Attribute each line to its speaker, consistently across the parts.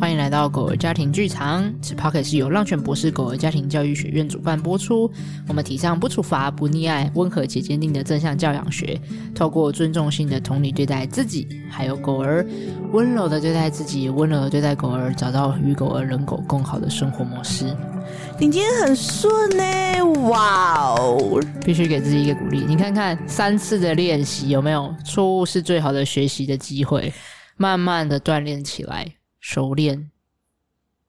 Speaker 1: 欢迎来到狗儿家庭剧场。此 p o c k e t 是由浪犬博士狗儿家庭教育学院主办播出。我们提倡不处罚、不溺爱、温和且坚定的正向教养学，透过尊重性的同理对待自己，还有狗儿，温柔的对待自己，温柔的对待狗儿，找到与狗儿人狗更好的生活模式。
Speaker 2: 你今天很顺呢、哇哦！
Speaker 1: 必须给自己一个鼓励。你看看三次的练习有没有？错误是最好的学习的机会，慢慢的锻炼起来，熟练。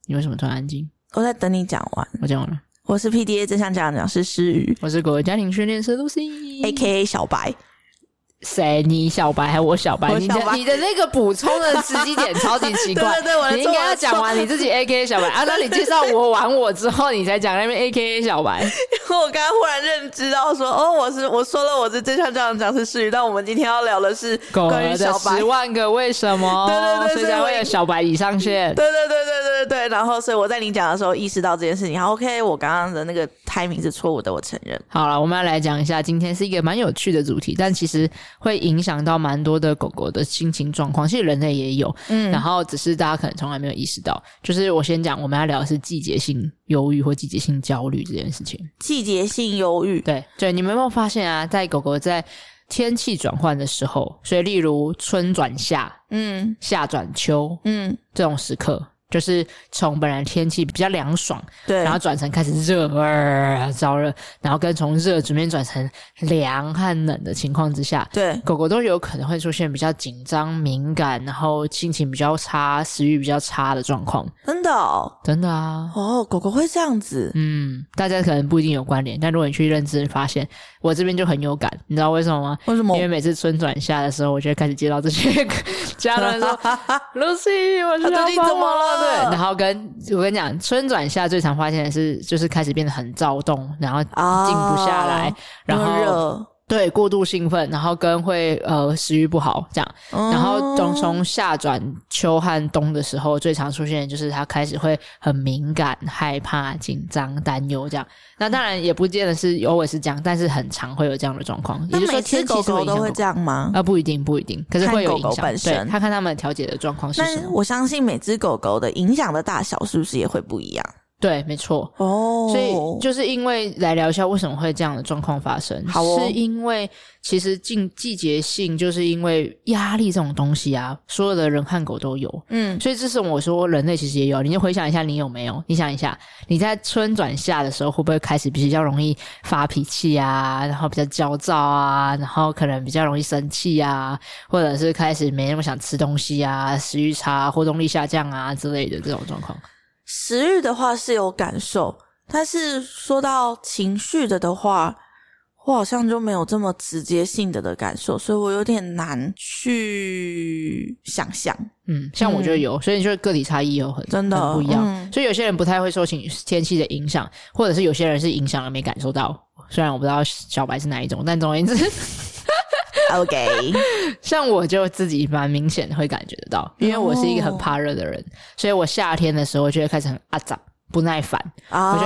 Speaker 1: 你为什么突然安静？
Speaker 2: 我在等你讲完。
Speaker 1: 我讲完了。
Speaker 2: 我是 PDA 正向讲讲师诗雨
Speaker 1: 我是狗的家庭训练师 Lucy。
Speaker 2: ，A K A 小白。
Speaker 1: 谁？你小白还我小白？
Speaker 2: 我
Speaker 1: 你
Speaker 2: 小
Speaker 1: 的
Speaker 2: 白
Speaker 1: 你的那个补充的时机点超级奇怪。
Speaker 2: 对对对我的
Speaker 1: 你
Speaker 2: 错
Speaker 1: 应该
Speaker 2: 我
Speaker 1: 要
Speaker 2: 的
Speaker 1: 讲完你自己 A K A 小白啊，那你介绍我玩我之后，你才讲那边 A K A 小白。
Speaker 2: 我刚刚忽然认知到说，哦，我是我说了我是正向讲讲师诗雨，但我们今天要聊的是
Speaker 1: 狗啊
Speaker 2: 关于
Speaker 1: 儿的
Speaker 2: 小白
Speaker 1: 十。万个为什么？
Speaker 2: 对对对
Speaker 1: 所以才
Speaker 2: 所以我
Speaker 1: 会有小白以上线。
Speaker 2: 对对对对对对，然后所以我在你讲的时候意识到这件事情，然后 OK，我刚刚的那个 timing 是错误的，我承认。
Speaker 1: 好了，我们要来讲一下，今天是一个蛮有趣的主题，但其实会影响到蛮多的狗狗的心情状况，其实人类也有，嗯，然后只是大家可能从来没有意识到。就是我先讲，我们要聊的是季节性忧郁或季节性焦虑这件事情。
Speaker 2: 季节性忧郁，
Speaker 1: 对对，你们有没有发现啊，在狗狗在天气转换的时候，所以例如春转夏、
Speaker 2: 嗯
Speaker 1: 夏转秋
Speaker 2: 嗯，
Speaker 1: 这种时刻，就是从本来天气比较凉爽，
Speaker 2: 对，
Speaker 1: 然后转成开始热，呃燥热，然后跟从热转变转成凉和冷的情况之下，
Speaker 2: 对
Speaker 1: 狗狗都有可能会出现比较紧张、敏感，然后心情比较差、食欲比较差的状况。
Speaker 2: 真的哦，
Speaker 1: 真的啊，
Speaker 2: 哦，狗狗会这样子，
Speaker 1: 嗯，大家可能不一定有关联，但如果你去认知发现，我这边就很有感，你知道为什么吗？
Speaker 2: 为什么
Speaker 1: 因为每次春转夏的时候，我就会开始接到这些 家人 说：“Lucy，我需要
Speaker 2: 他最近
Speaker 1: 帮
Speaker 2: 怎么
Speaker 1: 忙
Speaker 2: 了
Speaker 1: 对，然后跟我跟你讲，春转夏最常发现的是，就是开始变得很躁动，然后
Speaker 2: 啊
Speaker 1: 静不下来，然
Speaker 2: 那么
Speaker 1: 后
Speaker 2: 热，
Speaker 1: 对过度兴奋，然后跟会呃食欲不好这样。然后从
Speaker 2: 嗯
Speaker 1: 从夏转秋和冬的时候，最常出现的就是他开始会很敏感、害怕、紧张、担忧这样。那当然也不见得是偶尔是这样，但是很常会有这样的状况。也就
Speaker 2: 那
Speaker 1: 是说，
Speaker 2: 每
Speaker 1: 天
Speaker 2: 只
Speaker 1: 气
Speaker 2: 狗
Speaker 1: 是会
Speaker 2: 狗
Speaker 1: 影响
Speaker 2: 都
Speaker 1: 狗
Speaker 2: 会这样吗？
Speaker 1: 啊，不一定，不一定，可是会有
Speaker 2: 看
Speaker 1: 影
Speaker 2: 狗狗
Speaker 1: 响。
Speaker 2: 本身
Speaker 1: 对，他看他们调节的状况是什
Speaker 2: 但
Speaker 1: 么。
Speaker 2: 我相信每只狗狗的影响的大小是不是也会不一样？
Speaker 1: 对，没错。
Speaker 2: 哦
Speaker 1: 所以就是因为来聊一下为什么会这样的状况发生，
Speaker 2: 好哦
Speaker 1: 是因为其实季季节性，就是因为压力这种东西啊，所有的人和狗都有。
Speaker 2: 嗯，
Speaker 1: 所以这是我说人类其实也有，你就回想一下你有没有？你想一下，你在春转夏的时候会不会开始比较容易发脾气啊，然后比较焦躁啊，然后可能比较容易生气啊，或者是开始没那么想吃东西啊，食欲差、活动力下降啊之类的这种状况。
Speaker 2: 食欲的话是有感受，但是说到情绪的的话，我好像就没有这么直接性的的感受，所以我有点难去想象。
Speaker 1: 嗯，像我就有，所以就是个体差异有很
Speaker 2: 真的
Speaker 1: 很不一样、
Speaker 2: 嗯
Speaker 1: 所以有些人不太会受情天气的影响，或者是有些人是影响了没感受到。虽然我不知道小白是哪一种，但总而言之，
Speaker 2: OK，
Speaker 1: 像 我就自己蛮明显会感觉得
Speaker 2: 哦
Speaker 1: 到，因为我是一个很怕热的人，所以我夏天的时候就会开始很阿杂。不耐烦，
Speaker 2: 啊，
Speaker 1: 我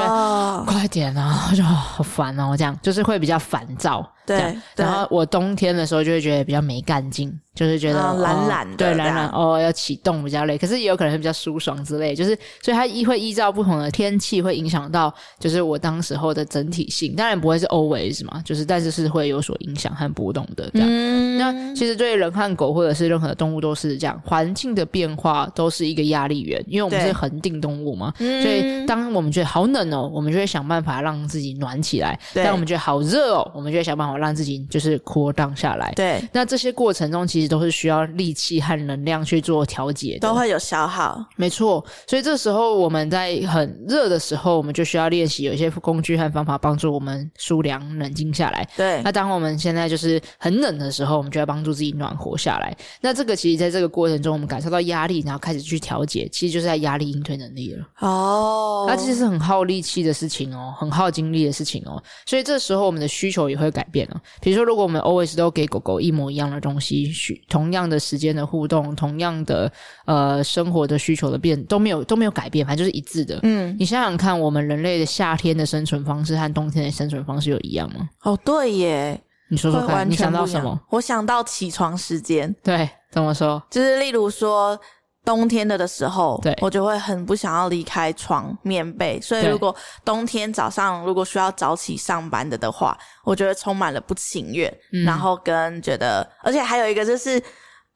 Speaker 1: 觉快点啊！我就好烦哦，这样就是会比较烦躁。
Speaker 2: 对
Speaker 1: 这样
Speaker 2: 对
Speaker 1: 然后我冬天的时候就会觉得比较没干劲，就是觉得、
Speaker 2: 啊
Speaker 1: 哦
Speaker 2: 懒懒的
Speaker 1: 对，
Speaker 2: 这
Speaker 1: 懒
Speaker 2: 样
Speaker 1: 懒哦，要启动比较累，可是也有可能是比较舒爽之类，就是所以它依会依照不同的天气会影响到，就是我当时候的整体性，当然不会是 always 嘛，就是但是是会有所影响和波动的这样。
Speaker 2: 嗯
Speaker 1: 那其实对人和狗或者是任何动物都是这样，环境的变化都是一个压力源，因为我们
Speaker 2: 对
Speaker 1: 是恒定动物嘛，
Speaker 2: 嗯
Speaker 1: 所以当我们觉得好冷哦，我们就会想办法让自己暖起来；
Speaker 2: 对
Speaker 1: 当我们觉得好热哦，我们就会想办法让自己就是扩荡下来。
Speaker 2: 对
Speaker 1: 那这些过程中，其实都是需要力气和能量去做调节的，
Speaker 2: 都会有消耗，
Speaker 1: 没错，所以这时候我们在很热的时候，我们就需要练习有一些工具和方法帮助我们舒凉、冷静下来。
Speaker 2: 对
Speaker 1: 那当我们现在就是很冷的时候，我们就要帮助自己暖和下来。那这个其实在这个过程中，我们感受到压力，然后开始去调节，其实就是在压力应对能力了。
Speaker 2: 哦，
Speaker 1: 它其实是很耗力气的事情哦，很耗精力的事情哦，所以这时候我们的需求也会改变哦。比如说，如果我们 always 都给狗狗一模一样的东西，需同样的时间的互动，同样的呃生活的需求的变都没有都没有改变，反正就是一致的。
Speaker 2: 嗯，
Speaker 1: 你想想看，我们人类的夏天的生存方式和冬天的生存方式有一样吗？
Speaker 2: 哦对耶，
Speaker 1: 你说
Speaker 2: 会
Speaker 1: 说看，
Speaker 2: 完
Speaker 1: 你
Speaker 2: 全
Speaker 1: 想到
Speaker 2: 不一
Speaker 1: 什
Speaker 2: 样
Speaker 1: 么？？
Speaker 2: 我想到起床时间，
Speaker 1: 对，怎么说？
Speaker 2: 就是例如说，冬天的的时候，
Speaker 1: 对
Speaker 2: 我就会很不想要离开床棉被，所以
Speaker 1: 对
Speaker 2: 如果冬天早上如果需要早起上班的的话，我觉得充满了不情愿，
Speaker 1: 嗯
Speaker 2: 然后跟觉得，而且还有一个就是，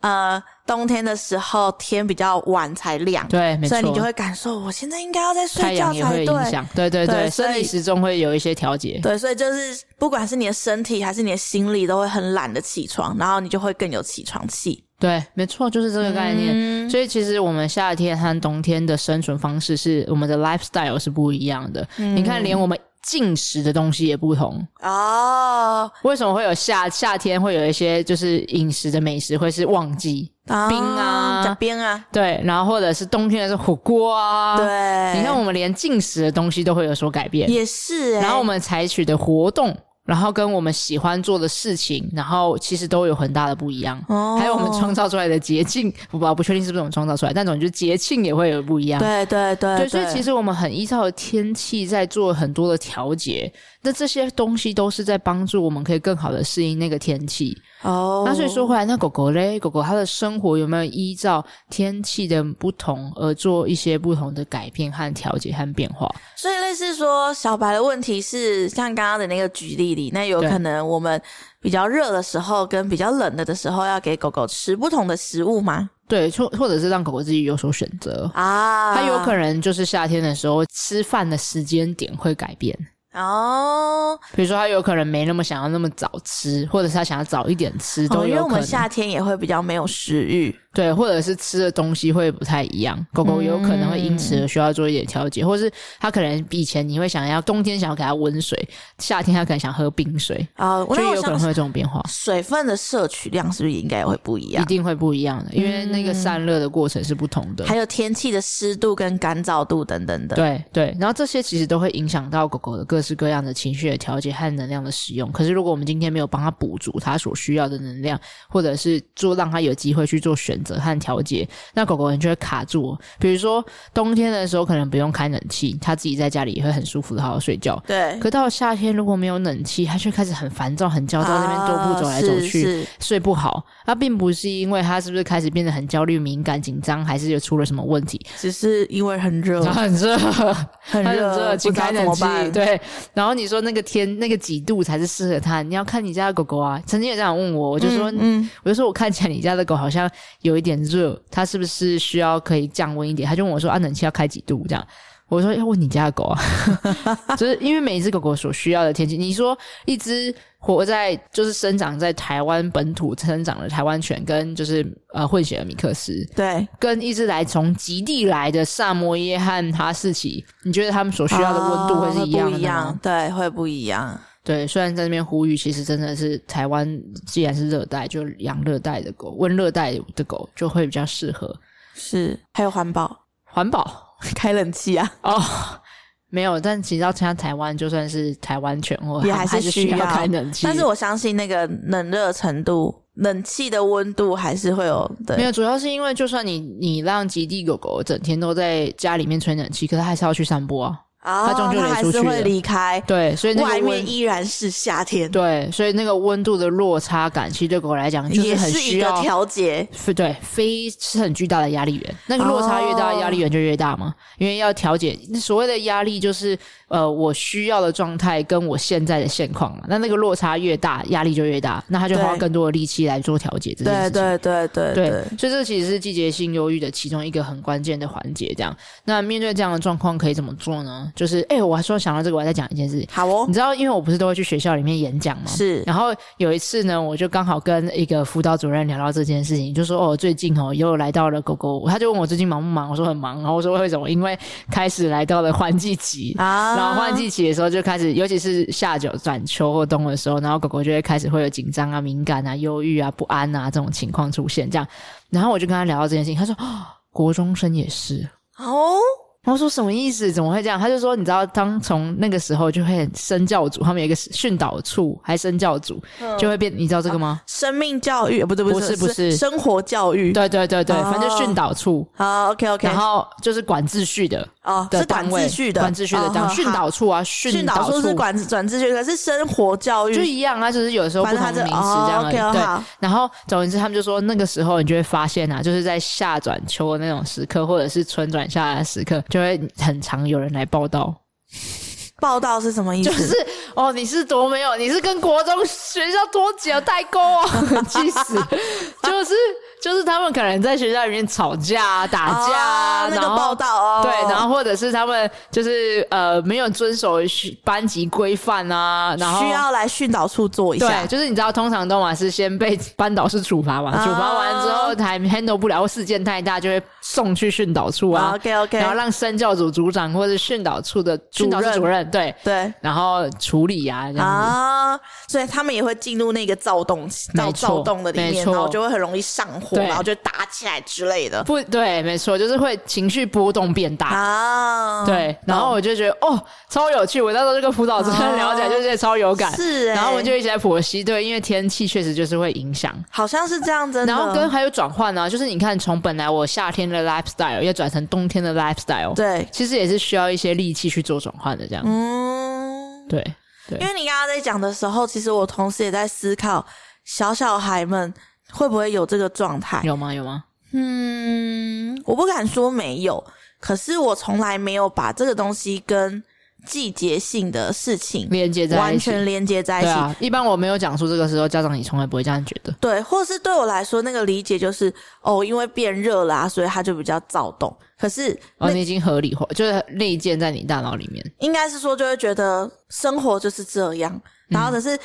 Speaker 2: 呃，冬天的时候天比较晚才亮，
Speaker 1: 对，没错
Speaker 2: 所以，你就会感受我现在应该要在
Speaker 1: 太
Speaker 2: 睡觉
Speaker 1: 阳也会
Speaker 2: 才
Speaker 1: 影
Speaker 2: 对。
Speaker 1: 响，对对对，
Speaker 2: 对所
Speaker 1: 生理
Speaker 2: 以
Speaker 1: 时钟会有一些调节，
Speaker 2: 对，所以就是不管是你的身体还是你的心理，都会很懒得起床，然后你就会更有起床气。
Speaker 1: 对，没错，就是这个概念。
Speaker 2: 嗯
Speaker 1: 所以其实我们夏天和冬天的生存方式是我们的 lifestyle 是不一样的。
Speaker 2: 嗯
Speaker 1: 你看，连我们进食的东西也不同。
Speaker 2: 哦，
Speaker 1: 为什么会有夏夏天会有一些就是饮食的美食会是旺季？冰啊
Speaker 2: 加冰啊，
Speaker 1: 对，然后或者是冬天的是火锅啊。，
Speaker 2: 对，
Speaker 1: 你看我们连进食的东西都会有所改变。
Speaker 2: 也是、欸，
Speaker 1: 然后我们采取的活动，然后跟我们喜欢做的事情，然后其实都有很大的不一样。
Speaker 2: 哦
Speaker 1: 还有我们创造出来的节庆，我不不确定是不是我们创造出来，但总之节庆也会有不一样。
Speaker 2: 对对对
Speaker 1: 对，所以其实我们很依照天气在做很多的调节，那这些东西都是在帮助我们可以更好的适应那个天气。
Speaker 2: 哦，
Speaker 1: 那所以说回来，那狗狗嘞，狗狗它的生活有没有依照天气的不同而做一些不同的改变和调节和变化？
Speaker 2: 所以类似说，小白的问题是像刚刚的那个举例里，那有
Speaker 1: 对
Speaker 2: 可能我们比较热的时候跟比较冷的的时候，要给狗狗吃不同的食物吗？
Speaker 1: 对，或或者是让狗狗自己有所选择。
Speaker 2: 啊，
Speaker 1: 它有可能就是夏天的时候吃饭的时间点会改变，
Speaker 2: 能哦，
Speaker 1: 比如说它有可能没那么想要那么早吃，或者是它想要早一点吃，
Speaker 2: 哦
Speaker 1: 都
Speaker 2: 因为
Speaker 1: 有
Speaker 2: 我
Speaker 1: 可
Speaker 2: 们
Speaker 1: 能。
Speaker 2: 夏天也会比较没有食欲，
Speaker 1: 对，或者是吃的东西会不太一样，狗狗有可能会因
Speaker 2: 嗯
Speaker 1: 此而需要做一点调节，或是它可能以前你会想要冬天想要给它温水，夏天它可能想喝冰水，
Speaker 2: 啊，
Speaker 1: 所
Speaker 2: 那
Speaker 1: 以
Speaker 2: 我
Speaker 1: 有可
Speaker 2: 想
Speaker 1: 能会有这种变化。
Speaker 2: 水分的摄取量是不是应该也会不一
Speaker 1: 一
Speaker 2: 样？
Speaker 1: 定会不一样的，因为
Speaker 2: 嗯
Speaker 1: 那个散热的过程是不同的。
Speaker 2: 还有天气的湿度跟干燥度等等的。
Speaker 1: 对啊对，然后这些其实都会影响到狗狗的各式各样的情绪的调节和能量的使用。可是如果我们今天没有帮它补足它所需要的能量，或者是做让它有机会去做选择和调节，那狗狗人就会卡住哦。比如说冬天的时候可能不用开冷气，它自己在家里也会很舒服的好好睡觉。
Speaker 2: 对，
Speaker 1: 可到夏天如果没有冷气，它却开始很烦躁、很焦躁，那边踱步走来走
Speaker 2: 啊
Speaker 1: 去。
Speaker 2: 是是
Speaker 1: 睡不好，它并不是因为它是不是开始变得很焦虑、敏感、紧张，还是有出了什么问题？
Speaker 2: 只是因为 很热，
Speaker 1: 它很热，
Speaker 2: 很
Speaker 1: 它很
Speaker 2: 热，
Speaker 1: 热，
Speaker 2: 不知
Speaker 1: 请
Speaker 2: 道
Speaker 1: 开
Speaker 2: 怎
Speaker 1: 冷
Speaker 2: 么
Speaker 1: 气。
Speaker 2: 办。
Speaker 1: 对，然后你说那个天那个几度才是适合它？你要看你家的狗狗啊。曾经有这样问我，我就说，
Speaker 2: 嗯，
Speaker 1: 我就说我看起来你家的狗好像有一点热，它是不是需要可以降温一点？他就问我说啊，冷气要开几度这样。我说要问你家的狗啊， 就是因为每一只狗狗所需要的天气。你说一只活在就是生长在台湾本土生长的台湾犬，跟就是呃混血的米克斯，
Speaker 2: 对，
Speaker 1: 跟一只来从极地来的萨摩耶和哈士奇，你觉得他们所需要的温度会是一样的
Speaker 2: 哦不一样
Speaker 1: 吗？，
Speaker 2: 对，会不一样。
Speaker 1: 对，虽然在那边呼吁，其实真的是台湾既然是热带，就养热带的狗，温热带的狗就会比较适合
Speaker 2: 是，还有环保，
Speaker 1: 环保
Speaker 2: 开冷气啊，
Speaker 1: 哦。没有，但其实到像台湾，就算是台湾犬或
Speaker 2: 也
Speaker 1: 还
Speaker 2: 还是
Speaker 1: 需
Speaker 2: 需要
Speaker 1: 开冷气。
Speaker 2: 但是我相信那个冷热程度，冷气的温度还是会有的
Speaker 1: 没。有，主要是因为就算你你让极地狗狗整天都在家里面吹冷气，可是它还是要去散步啊。
Speaker 2: 啊
Speaker 1: 它终究得
Speaker 2: 还
Speaker 1: 出
Speaker 2: 是
Speaker 1: 去
Speaker 2: 会
Speaker 1: 的
Speaker 2: 离开，
Speaker 1: 对，所以那个
Speaker 2: 外
Speaker 1: 温
Speaker 2: 面依然是夏天，
Speaker 1: 对，所以那个温度的落差感，其实对狗来讲就是
Speaker 2: 也
Speaker 1: 很
Speaker 2: 是
Speaker 1: 需
Speaker 2: 一个
Speaker 1: 要，
Speaker 2: 调节。
Speaker 1: 是对，非是很巨大的压力源。那个落差越大，
Speaker 2: 哦
Speaker 1: 压力源就越大嘛，因为要调节所谓的压力，就是呃我需要的状态跟我现在的现况嘛。那那个落差越大，压力就越大，那它就花
Speaker 2: 对
Speaker 1: 更多的力气来做调节这件事
Speaker 2: 对
Speaker 1: 情。
Speaker 2: 对对对
Speaker 1: 对
Speaker 2: 对，
Speaker 1: 所以这其实是季节性忧郁的其中一个很关键的环节。这样，那面对这样的状况可以怎么做呢？就是，哎、我还说想到这个，我还在讲一件事情。
Speaker 2: 好哦
Speaker 1: 你，知道，因为我不是都会去学校里面演讲吗？
Speaker 2: 是
Speaker 1: 然后有一次呢，我就刚好跟一个辅导主任聊到这件事情，就说哦，最近哦又来到了狗狗，他就问我最近忙不忙，我说很忙，然后我说为什么？因为开始来到了换季期。
Speaker 2: 啊，
Speaker 1: 然后换嗯季期的时候就开始，尤其是下九转秋或冬的时候，然后狗狗就会开始会有紧张啊、敏感啊、忧郁啊、不安啊这种情况出现。这样，然后我就跟他聊到这件事情，他说、哦、国中生也是，
Speaker 2: 哦，
Speaker 1: 然后说什么意思？怎么会这样？他就说，你知道，当从那个时候就会身教组，他们有一个训导处，还身教组，
Speaker 2: 嗯
Speaker 1: 就会变。你知道这个吗？
Speaker 2: 生命教育，呃不对
Speaker 1: 不是
Speaker 2: 是
Speaker 1: 不是
Speaker 2: 生活教育。
Speaker 1: 对对对对，
Speaker 2: 哦
Speaker 1: 反正训导处，
Speaker 2: 好，OK OK，
Speaker 1: 然后就是管秩序的，
Speaker 2: 哦，
Speaker 1: 的
Speaker 2: 是
Speaker 1: 单
Speaker 2: 管
Speaker 1: 位，
Speaker 2: 秩序的，
Speaker 1: 管秩序的
Speaker 2: 哦
Speaker 1: 单位
Speaker 2: 好
Speaker 1: 训
Speaker 2: 好
Speaker 1: 导处啊，训
Speaker 2: 训导
Speaker 1: 处
Speaker 2: 处是管管秩序，可是生活教
Speaker 1: 就
Speaker 2: 育，
Speaker 1: 一样啊，就是有时候不
Speaker 2: 反正他
Speaker 1: 同
Speaker 2: 是
Speaker 1: 的名词这样
Speaker 2: 哦
Speaker 1: 而已。
Speaker 2: ，OK，
Speaker 1: 对，
Speaker 2: 好，
Speaker 1: 然后总而言之，他们就说那个时候你就会发现啊，就是在夏转秋的那种时刻，或者是春转夏的时刻，就会很常有人来报道，
Speaker 2: 报道是什么意思？
Speaker 1: 就是哦，你是多没有，你是跟国中学校脱节了代沟哦， 气死！就是就是他们可能在学校里面吵架、啊、打架啊、
Speaker 2: 哦那
Speaker 1: 然
Speaker 2: 个
Speaker 1: 后
Speaker 2: 报道哦，
Speaker 1: 对，然后或者是他们就是呃没有遵守学班级规范啊，然后
Speaker 2: 需要来训导处做一下
Speaker 1: 对，，就是你知道，通常都嘛是先被班导师处罚嘛，
Speaker 2: 啊
Speaker 1: 处罚完之后还 handle 不了，或事件太大，就会送去训导处啊，
Speaker 2: ，OK OK，
Speaker 1: 然后让身教组组长或者训导处的训导室主
Speaker 2: 主
Speaker 1: 任对，
Speaker 2: 对。
Speaker 1: 然后处理啊这样子。
Speaker 2: 啊，所以他们也会进入那个躁动
Speaker 1: 没
Speaker 2: 到
Speaker 1: 错
Speaker 2: 躁动的里
Speaker 1: 没
Speaker 2: 面，
Speaker 1: 错
Speaker 2: 然后就会很容易上火，
Speaker 1: 对
Speaker 2: 然后就打起来之类的
Speaker 1: 不对，没错，就是会情绪波动变大。
Speaker 2: 啊。
Speaker 1: 对，然后我就觉得哦，超有趣。我那时候就跟辅导主任聊起来，
Speaker 2: 哦
Speaker 1: 就觉得超有感。
Speaker 2: 是欸
Speaker 1: 然后我们就一起来剖析，对，因为天气确实就是会影响。
Speaker 2: 好像是这样，真的。
Speaker 1: 然后跟还有转换呢，就是你看，从本来我夏天的 lifestyle 要转成冬天的 lifestyle，，
Speaker 2: 对，
Speaker 1: 其实也是需要一些力气去做转换的，这样，
Speaker 2: 嗯，
Speaker 1: 对
Speaker 2: 因为你刚刚在讲的时候，其实我同时也在思考，小小孩们会不会有这个状态？
Speaker 1: 有吗？有吗？
Speaker 2: 嗯，我不敢说没有，可是我从来没有把这个东西跟季节性的事情
Speaker 1: 连接在一起
Speaker 2: 完全连接在一
Speaker 1: 对
Speaker 2: 起。
Speaker 1: 啊，一般我没有讲述这个时候，家长也从来不会这样觉得。
Speaker 2: 对，或是对我来说，那个理解就是哦，因为变热啦、所以它就比较躁动。可是那
Speaker 1: 哦，你已经合理化，就是内建在你大脑里面。
Speaker 2: 应该是说就会觉得生活就是这样，
Speaker 1: 嗯
Speaker 2: 然后可是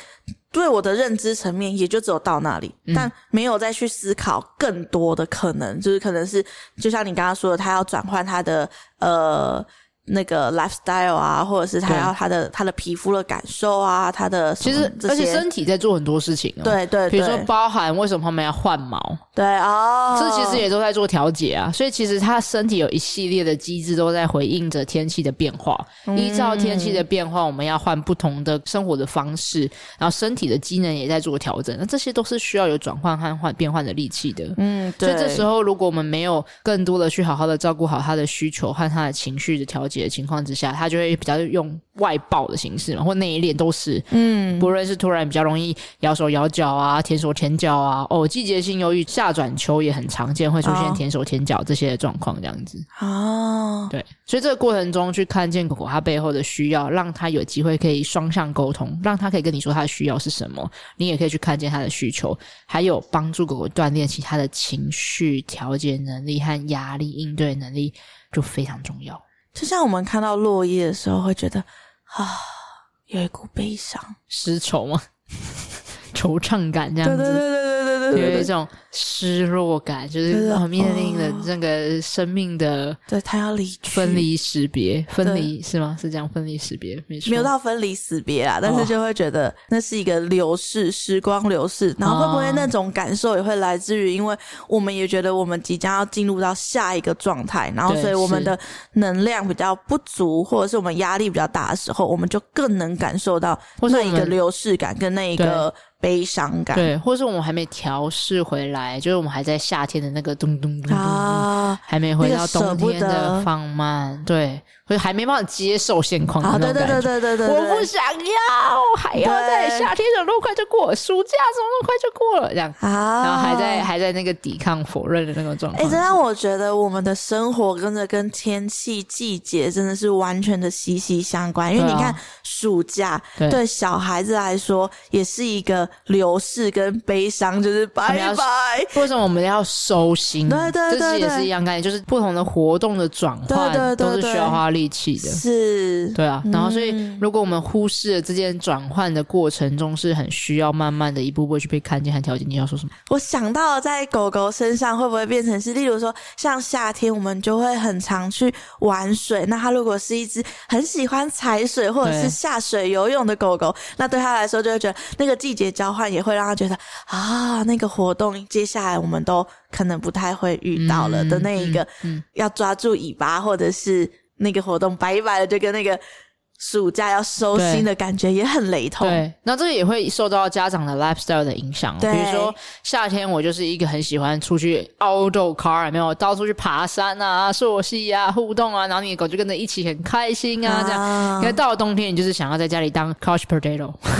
Speaker 2: 对我的认知层面也就只有到那里，
Speaker 1: 嗯
Speaker 2: 但没有再去思考更多的可能，就是可能是就像你刚刚说的，他要转换他的呃。那个 lifestyle 啊，或者是他
Speaker 1: 对
Speaker 2: 要他的他的皮肤的感受啊，他的什
Speaker 1: 其
Speaker 2: 么
Speaker 1: 实，
Speaker 2: 这
Speaker 1: 而且
Speaker 2: 些
Speaker 1: 身体在做很多事情哦。。
Speaker 2: 对对对，
Speaker 1: 比如说，包含为什么他们要换毛，
Speaker 2: 对哦，
Speaker 1: 这其实也都在做调节啊。所以其实他身体有一系列的机制都在回应着天气的变化。
Speaker 2: 嗯
Speaker 1: 依照天气的变化，我们要换不同的生活的方式，然后身体的机能也在做调整。那这些都是需要有转换和换变换的力气的。
Speaker 2: 嗯，
Speaker 1: 所
Speaker 2: 对
Speaker 1: 以这时候，如果我们没有更多的去好好的照顾好他的需求和他的情绪的调节的情况之下，他就会比较用外爆的形式嘛，或内敛都是。
Speaker 2: 嗯
Speaker 1: 不论是突然比较容易咬手咬脚啊、舔手舔脚啊，哦，季节性忧郁夏转秋也很常见，会出现
Speaker 2: 哦
Speaker 1: 舔手舔脚这些的状况，这样子。
Speaker 2: 哦，
Speaker 1: 对，所以这个过程中去看见狗狗它背后的需要，让它有机会可以双向沟通，让它可以跟你说它的需要是什么，你也可以去看见它的需求，还有帮助狗狗锻炼其他的情绪调节能力和压力应对能力，就非常重要。
Speaker 2: 就像我们看到落叶的时候，会觉得啊，有一股悲伤。
Speaker 1: 失愁吗？ 惆怅感这
Speaker 2: 对
Speaker 1: 样
Speaker 2: 对对对
Speaker 1: 子。
Speaker 2: 对对对
Speaker 1: 有
Speaker 2: 对
Speaker 1: 一
Speaker 2: 对，
Speaker 1: 种失落感，就
Speaker 2: 对
Speaker 1: 是
Speaker 2: 对
Speaker 1: 哦面临了
Speaker 2: 哦
Speaker 1: 这个生命的
Speaker 2: 对他要离去，
Speaker 1: 分离识别，分离是吗？是这样，分离识别没错。
Speaker 2: 没有到分离死别啊，但
Speaker 1: 哦
Speaker 2: 是就会觉得那是一个流逝，时光流逝，然后会
Speaker 1: 哦
Speaker 2: 不会那种感受也会来自于，因为我们也觉得我们即将要进入到下一个状态，然后
Speaker 1: 对
Speaker 2: 所以我们
Speaker 1: 是
Speaker 2: 的能量比较不足，或者是我们压力比较大的时候，我们就更能感受到
Speaker 1: 或是
Speaker 2: 那
Speaker 1: 我
Speaker 2: 一
Speaker 1: 们
Speaker 2: 个流逝感跟那一个悲伤感
Speaker 1: 对，或是我们还没调试回来，就是我们还在夏天的那个咚咚咚咚咚，
Speaker 2: 啊。
Speaker 1: 还没回到冬天
Speaker 2: 那个舍不
Speaker 1: 的
Speaker 2: 得
Speaker 1: 放慢，对，或者还没办法接受现况的
Speaker 2: 啊，
Speaker 1: 哦那
Speaker 2: 对
Speaker 1: 种感
Speaker 2: 对
Speaker 1: 觉。
Speaker 2: 对对对对，
Speaker 1: 我
Speaker 2: 对
Speaker 1: 不想要，还要在
Speaker 2: 对
Speaker 1: 夏天怎么那么快就过了，暑假怎么那么快就过了，这样，
Speaker 2: 啊，
Speaker 1: 然后还在还在那个抵抗否认的那个状
Speaker 2: 哎、
Speaker 1: 况。
Speaker 2: 这让我觉得我们的生活跟着跟天气、季节真的是完全的息息相关。因为
Speaker 1: 对
Speaker 2: 你
Speaker 1: 啊
Speaker 2: 看，暑假
Speaker 1: 对
Speaker 2: 对小孩子来说也是一个流逝跟悲伤，就是
Speaker 1: 们要
Speaker 2: 拜拜。
Speaker 1: 为什么我们要收心？
Speaker 2: 对对对
Speaker 1: 这其实也
Speaker 2: 对
Speaker 1: 是一样概念，就是不同的活动的转换
Speaker 2: 对对对
Speaker 1: 都是
Speaker 2: 对
Speaker 1: 需要花力气的。
Speaker 2: 是，
Speaker 1: 对啊，然后所以
Speaker 2: 嗯
Speaker 1: 如果我们忽视了这件转换的过程中，是很需要慢慢的一步步去被看见和调整。你要说什么？
Speaker 2: 我想到在狗狗身上会不会变成是，例如说像夏天我们就会很常去玩水，那它如果是一只很喜欢踩水或者
Speaker 1: 对
Speaker 2: 是下水游泳的狗狗，那对它来说就会觉得那个季节交换也会让它觉得啊，那个活动接下来我们都可能不太会遇到了
Speaker 1: 嗯
Speaker 2: 的那一个，
Speaker 1: 嗯嗯
Speaker 2: 要抓住尾巴或者是那个活动摆一摆了就跟那个。暑假要收心的感觉也很雷同。
Speaker 1: 对，那这个也会受到家长的 lifestyle 的影响。啊比
Speaker 2: 对
Speaker 1: 如说夏天，我就是一个很喜欢出去 outdoor car，有没有到处去爬山啊、溯溪啊、互动啊，然后你的狗就跟着一起很开心啊，这样。
Speaker 2: 嗯
Speaker 1: 因为到了冬天，你就是想要在家里当 couch potato，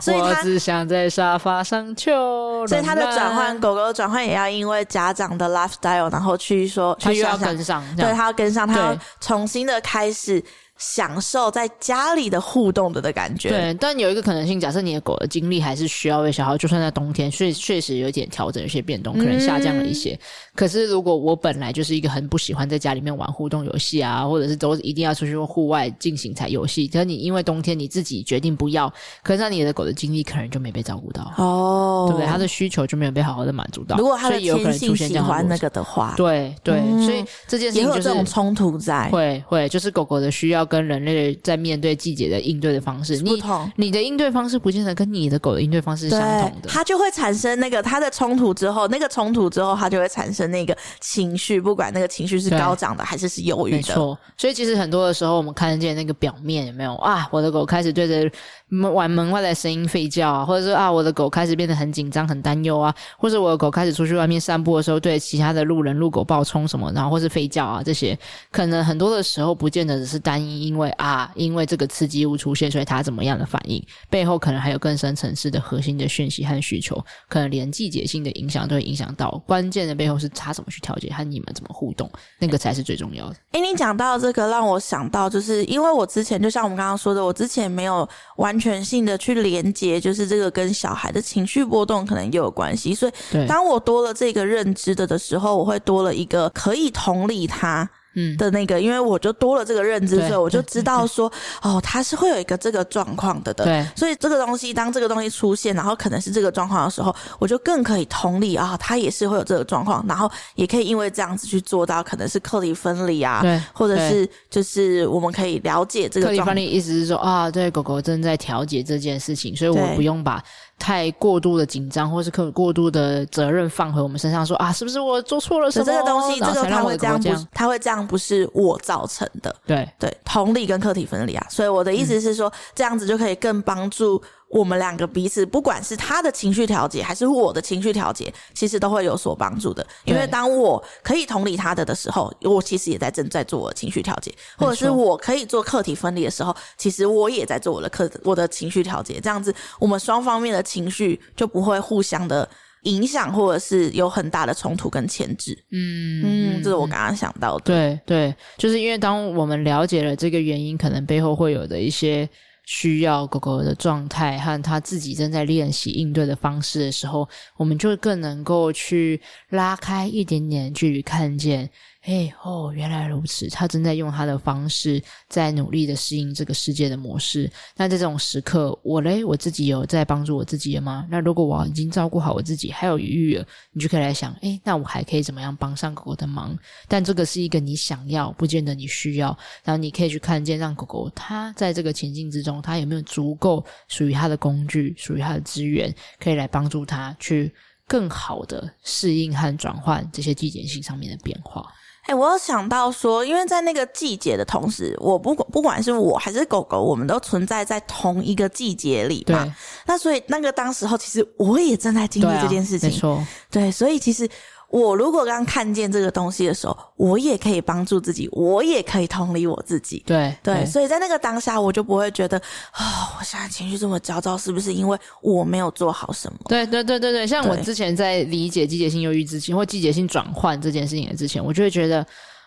Speaker 2: 所以
Speaker 1: 我
Speaker 2: 它
Speaker 1: 只想在沙发上啊秋。
Speaker 2: 所以它的
Speaker 1: 软
Speaker 2: 转
Speaker 1: 烂
Speaker 2: 换，，狗狗的转换也要因为家长的 lifestyle，然后去说
Speaker 1: 它
Speaker 2: 去
Speaker 1: 又要
Speaker 2: 想想
Speaker 1: 跟上，这
Speaker 2: 对，
Speaker 1: 样
Speaker 2: 他要跟上，他要
Speaker 1: 对
Speaker 2: 重新的开始享受在家里的互动的的感觉。，
Speaker 1: 对，但有一个可能性，假设你的狗的精力还是需要喂小孩，就算在冬天，确确实有一点调整，有些变动，可能下降了一
Speaker 2: 嗯
Speaker 1: 些。可是如果我本来就是一个很不喜欢在家里面玩互动游戏啊，或者是都一定要出去户外进行才游戏，可是你因为冬天你自己决定不要，可是那你的狗的精力可能就没被照顾到，
Speaker 2: 哦，
Speaker 1: 对不对？它的需求就没有被好好的满足到，
Speaker 2: 如果他
Speaker 1: 所
Speaker 2: 的
Speaker 1: 以也有可
Speaker 2: 天
Speaker 1: 能出
Speaker 2: 性
Speaker 1: 现这
Speaker 2: 喜
Speaker 1: 样的
Speaker 2: 欢那
Speaker 1: 逻辑。
Speaker 2: 个的话，
Speaker 1: 对对，
Speaker 2: 嗯
Speaker 1: 所以这件事
Speaker 2: 也
Speaker 1: 情
Speaker 2: 会有
Speaker 1: 就
Speaker 2: 这种
Speaker 1: 是。
Speaker 2: 冲突在，
Speaker 1: 会会，就是狗狗的需要跟人类在面对季节的应对的方式，
Speaker 2: 不
Speaker 1: 你
Speaker 2: 同。
Speaker 1: 你的应对方式不见得跟你的狗的应对方式是相
Speaker 2: 对
Speaker 1: 同，的。
Speaker 2: 它就会产生那个它的冲突之后，那个冲突之后，它就会产生那个情绪，不管那个情绪是
Speaker 1: 对
Speaker 2: 高涨的还是是忧郁
Speaker 1: 没
Speaker 2: 的。
Speaker 1: 错，所以其实很多的时候，我们看见那个表面有没有啊？我的狗开始对着门玩门外的声音吠叫啊，或者是啊，我的狗开始变得很紧张、很担忧啊， 或者我的狗开始出去外面散步的时候，对其他的路人、路狗暴冲什么，然后或是吠叫啊，这些可能很多的时候不见得只是单一，因为啊，因为这个刺激物出现，所以它怎么样的反应，背后可能还有更深层次的核心的讯息和需求，可能连季节性的影响都会影响到。关键的背后是它怎么去调节和你们怎么互动，那个才是最重要的。
Speaker 2: 哎、你讲到这个，让我想到，就是因为我之前就像我们刚刚说的，我之前没有完全性的去连接，就是这个跟小孩的情绪波动可能也有关系。所以，
Speaker 1: 对，
Speaker 2: 当我多了这个认知的的时候，我会多了一个可以同理他
Speaker 1: 嗯，
Speaker 2: 的那个，因为我就多了这个认知，
Speaker 1: 对
Speaker 2: 所以我就知道说，哦，他是会有一个这个状况的的。
Speaker 1: 对
Speaker 2: 所以这个东西，当这个东西出现，然后可能是这个状况的时候，我就更可以同理啊，他也是会有这个状况，然后也可以因为这样子去做到，可能是课离分离啊，
Speaker 1: 对。
Speaker 2: 或者是就是我们可以了解这
Speaker 1: 特
Speaker 2: 个
Speaker 1: 里
Speaker 2: 状
Speaker 1: 翻译意思是说啊，对，狗狗正在调节这件事情，所以我们
Speaker 2: 对
Speaker 1: 不用把太过度的紧张或是过过度的责任放回我们身上说啊，是不是我做错了什么？
Speaker 2: 所以这个东西，
Speaker 1: 然后
Speaker 2: 这个
Speaker 1: 才
Speaker 2: 他
Speaker 1: 让我
Speaker 2: 会
Speaker 1: 的狗
Speaker 2: 这
Speaker 1: 狗
Speaker 2: 样
Speaker 1: 这
Speaker 2: 不
Speaker 1: 样，，
Speaker 2: 他会这样不是我造成的，
Speaker 1: 对
Speaker 2: 对，同理跟课题分离啊，所以我的意思是说，这样子就可以更帮助我们两个彼此，不管是他的情绪调节还是我的情绪调节，其实都会有所帮助的。因为
Speaker 1: 对
Speaker 2: 当我可以同理他的的时候，我其实也在正在做我的情绪调节，或者是
Speaker 1: 没错
Speaker 2: 我可以做课题分离的时候，其实我也在做我的课我的情绪调节。这样子，我们双方面的情绪就不会互相的。影响或者是有很大的冲突跟牵制，
Speaker 1: 嗯
Speaker 2: 嗯，这是我刚刚想到的。
Speaker 1: 对对，就是因为当我们了解了这个原因，可能背后会有的一些需要狗狗的状态和它自己正在练习应对的方式的时候，我们就更能够去拉开一点点距离，看见，哎哦，原来如此，它正在用它的方式在努力的适应这个世界的模式。那在这种时刻，我嘞我自己有在帮助我自己了吗？那如果我已经照顾好我自己，还有余裕了，你就可以来想，哎，那我还可以怎么样帮上狗狗的忙？但这个是一个你想要，不见得你需要。然后你可以去看见，让狗狗它在这个情境之中，它有没有足够属于它的工具、属于它的资源，可以来帮助它去更好的适应和转换这些季节性上面的变化。
Speaker 2: 哎、我有想到说，因为在那个季节的同时，我不管不管是我还是狗狗，我们都存在在同一个季节里
Speaker 1: 对，
Speaker 2: 嘛。那所以那个当时候，其实我也正在经
Speaker 1: 对
Speaker 2: 历
Speaker 1: 啊，
Speaker 2: 这件事情
Speaker 1: 没。错，
Speaker 2: 对，所以其实我如果刚看见这个东西的时候，我也可以帮助自己，我也可以同理我自己。
Speaker 1: 对
Speaker 2: 对，所以在那个当下，我就不会觉得啊、我现在情绪这么焦躁，是不是因为我没有做好什么？
Speaker 1: 对对对对对，像我
Speaker 2: 对
Speaker 1: 之前在理解季节性忧郁之前，或季节性转换这件事情的之前，我就会觉得，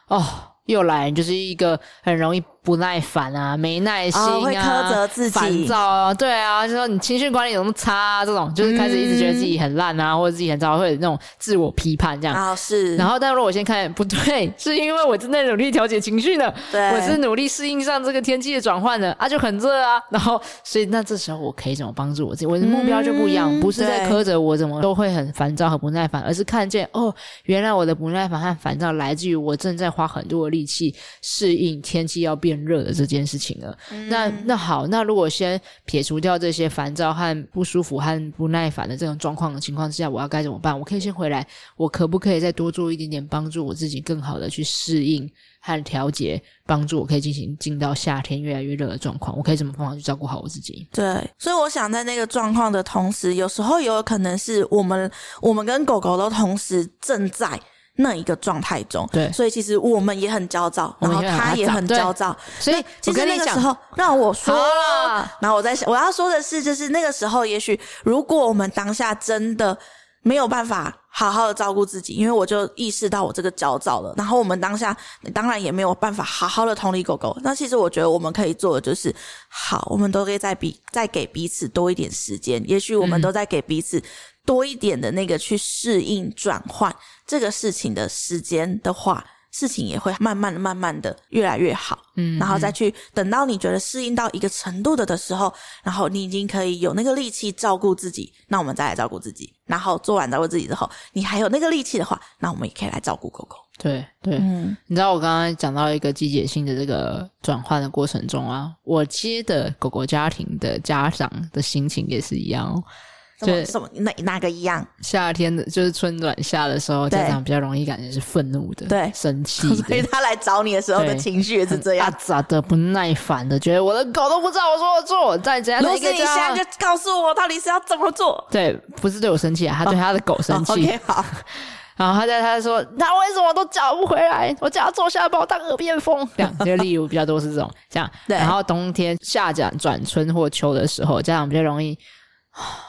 Speaker 1: 哦，又来，你就是一个很容易不耐烦啊，没耐心啊，
Speaker 2: 哦会苛责自己
Speaker 1: 烦躁啊，对啊，就说你情绪管理怎么那么差啊，这种就是开始一直觉得自己很烂
Speaker 2: 嗯
Speaker 1: 啊，或者自己很糟，会有那种自我批判这样。
Speaker 2: 啊，是，
Speaker 1: 嗯然
Speaker 2: 后
Speaker 1: 后，但如果我先看不对，是因为我正在努力调节情绪呢，
Speaker 2: 对，
Speaker 1: 我是努力适应上这个天气的转换的啊，就很热啊。然后，所以那这时候我可以怎么帮助我自己？我的目标就不一样，
Speaker 2: 嗯
Speaker 1: 不是在
Speaker 2: 对
Speaker 1: 苛责我怎么都会很烦躁、很不耐烦，而是看见哦，原来我的不耐烦和烦躁来自于我正在花很多的力气适应天气要变变热的这件事情了。
Speaker 2: 嗯
Speaker 1: 那那好，那如果先撇除掉这些烦躁和不舒服和不耐烦的这种状况的情况之下，我要该怎么办？我可以先回来，我可不可以再多做一点点帮助我自己更好的去适应和调节，帮助我可以进行进到夏天越来越热的状况？我可以怎么方法去照顾好我自己？
Speaker 2: 对，所以我想在那个状况的同时，有时候也有可能是我们我们跟狗狗都同时正在。那一个状态中，
Speaker 1: 对
Speaker 2: 所以其实我们也很焦躁，
Speaker 1: 我们
Speaker 2: 然后
Speaker 1: 也很
Speaker 2: 它也很焦
Speaker 1: 焦
Speaker 2: 躁，
Speaker 1: 所以
Speaker 2: 那
Speaker 1: 我
Speaker 2: 其实
Speaker 1: 跟
Speaker 2: 那
Speaker 1: 你
Speaker 2: 个时
Speaker 1: 讲，
Speaker 2: 候让我说
Speaker 1: 好
Speaker 2: 了
Speaker 1: 啦，
Speaker 2: 然后我在想，我要说的是，就是那个时候，也许如果我们当下真的没有办法好好的照顾自己，因为我就意识到我这个焦躁了，然后我们当下当然也没有办法好好的同理狗狗。那其实我觉得我们可以做的就是，好，我们都可以再比再给彼此多一点时间，也许我们都在给彼此。多一点的那个去适应转换这个事情的时间的话，事情也会慢慢的、慢慢的越来越好。
Speaker 1: 嗯
Speaker 2: 然后再去等到你觉得适应到一个程度的的时候，然后你已经可以有那个力气照顾自己，那我们再来照顾自己。然后做完照顾自己之后，你还有那个力气的话，那我们也可以来照顾狗狗。
Speaker 1: 对对，
Speaker 2: 嗯，
Speaker 1: 你知道我刚刚讲到一个季节性的这个转换的过程中啊，我接的狗狗家庭的家长的心情也是一样哦。
Speaker 2: 什么
Speaker 1: 对
Speaker 2: 什么哪哪个一样？
Speaker 1: 夏天的，就是春暖夏的时候，
Speaker 2: 对
Speaker 1: 家长比较容易感觉是愤怒的，
Speaker 2: 对
Speaker 1: 生气
Speaker 2: 所 以
Speaker 1: 的。
Speaker 2: 他来找你的时候的
Speaker 1: 对
Speaker 2: 情绪也是这
Speaker 1: 阿
Speaker 2: 样。
Speaker 1: 杂的不耐烦的，觉得我的狗都不知道我说我做，在怎样
Speaker 2: 如
Speaker 1: 的
Speaker 2: 果
Speaker 1: 一个
Speaker 2: 是你现
Speaker 1: 家
Speaker 2: 在就告诉我，到底是要怎么做？
Speaker 1: 对，不是对我生气啊，他对他的狗生
Speaker 2: 哦
Speaker 1: 气。
Speaker 2: OK，好，
Speaker 1: 然后他在他说，那为什么都叫不回来？我叫他坐下来把我当耳边风。 这样，就例如比较多是这种这样。
Speaker 2: 对
Speaker 1: 然后冬天夏转转春或秋的时候，家长比较容易，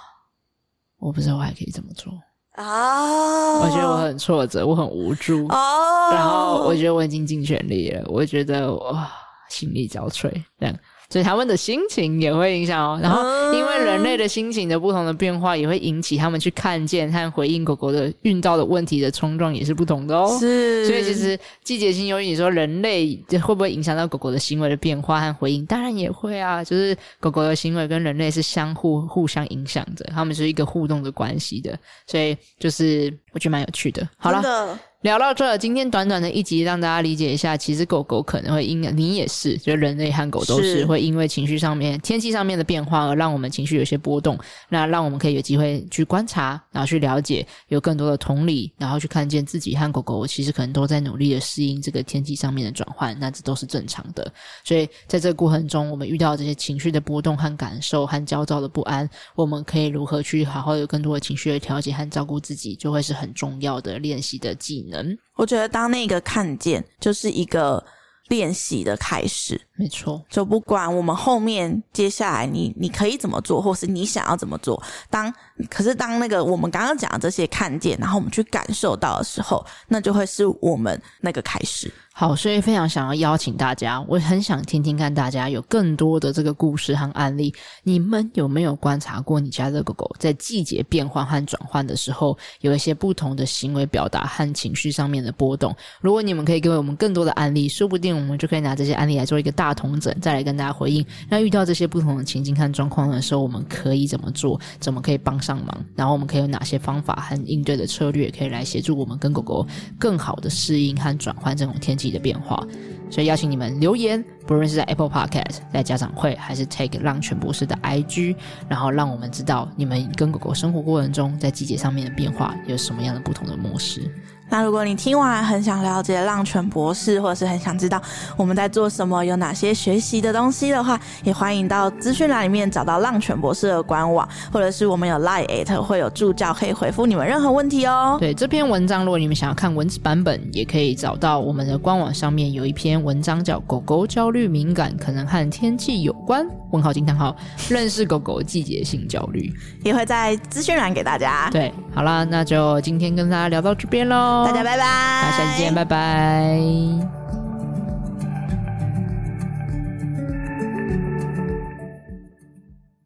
Speaker 1: 我不知道我还可以怎么做。
Speaker 2: 哦，
Speaker 1: 我觉得我很挫折，我很无助。
Speaker 2: 哦，
Speaker 1: 然后我觉得我已经尽全力了，我觉得哇，心力交瘁这样。所以他们的心情也会影响哦，然后
Speaker 2: 嗯
Speaker 1: 因为人类的心情的不同的变化，也会引起他们去看见和回应狗狗的遇到的问题的冲撞也是不同的哦。
Speaker 2: 是，
Speaker 1: 所以其实季节性忧郁，你说人类会不会影响到狗狗的行为的变化和回应？当然也会啊，就是狗狗的行为跟人类是相互互相影响的，它们是一个互动的关系的。所以就是我觉得蛮有趣的。好了
Speaker 2: 真，的
Speaker 1: 聊到这儿，今天短短的一集，让大家理解一下，其实狗狗可能会因你也是，就人类和狗都是
Speaker 2: 是
Speaker 1: 会因为情绪上面、天气上面的变化而让我们情绪有些波动。那让我们可以有机会去观察，然后去了解，有更多的同理，然后去看见自己和狗狗其实可能都在努力的适应这个天气上面的转换，那这都是正常的。所以在这个过程中，我们遇到这些情绪的波动和感受和焦躁的不安，我们可以如何去好好有更多的情绪的调节和照顾自己，就会是很重要的练习的技能。
Speaker 2: 我觉得当那个看见，就是一个练习的开始。
Speaker 1: 没错，
Speaker 2: 就不管我们后面接下来你你可以怎么做，或是你想要怎么做。当可是当那个我们刚刚讲的这些看见，然后我们去感受到的时候，那就会是我们那个开始。
Speaker 1: 好，所以非常想要邀请大家，我很想听听看大家有更多的这个故事和案例。你们有没有观察过你家的狗狗在季节变换和转换的时候，有一些不同的行为表达和情绪上面的波动？如果你们可以给我们更多的案例，说不定我们就可以拿这些案例来做一个大统整，再来跟大家回应。那遇到这些不同的情境和状况的时候，我们可以怎么做？怎么可以帮上忙？然后我们可以有哪些方法和应对的策略，可以来协助我们跟狗狗更好的适应和转换这种天气的变化？所以邀请你们留言，不论是在 Apple Podcast、在家长会，还是 Take 浪犬博士的 IG，然后让我们知道你们跟狗狗生活过程中在季节上面的变化有什么样的不同的模式。
Speaker 2: 那如果你听完很想了解浪犬博士，或者是很想知道我们在做什么，有哪些学习的东西的话，也欢迎到资讯栏里面找到浪犬博士的官网，或者是我们有 Line at 会有助教可以回复你们任何问题哦。
Speaker 1: 对这篇文章，如果你们想要看文字版本，也可以找到我们的官网上面有一篇文章叫《狗狗焦虑敏感可能和天气有关》，问号惊叹号，认识狗狗季节性焦虑。
Speaker 2: 也会在资讯栏给大家。
Speaker 1: 对，好啦，那就今天跟大家聊到这边喽，
Speaker 2: 大家拜拜，
Speaker 1: 大家下次见，拜拜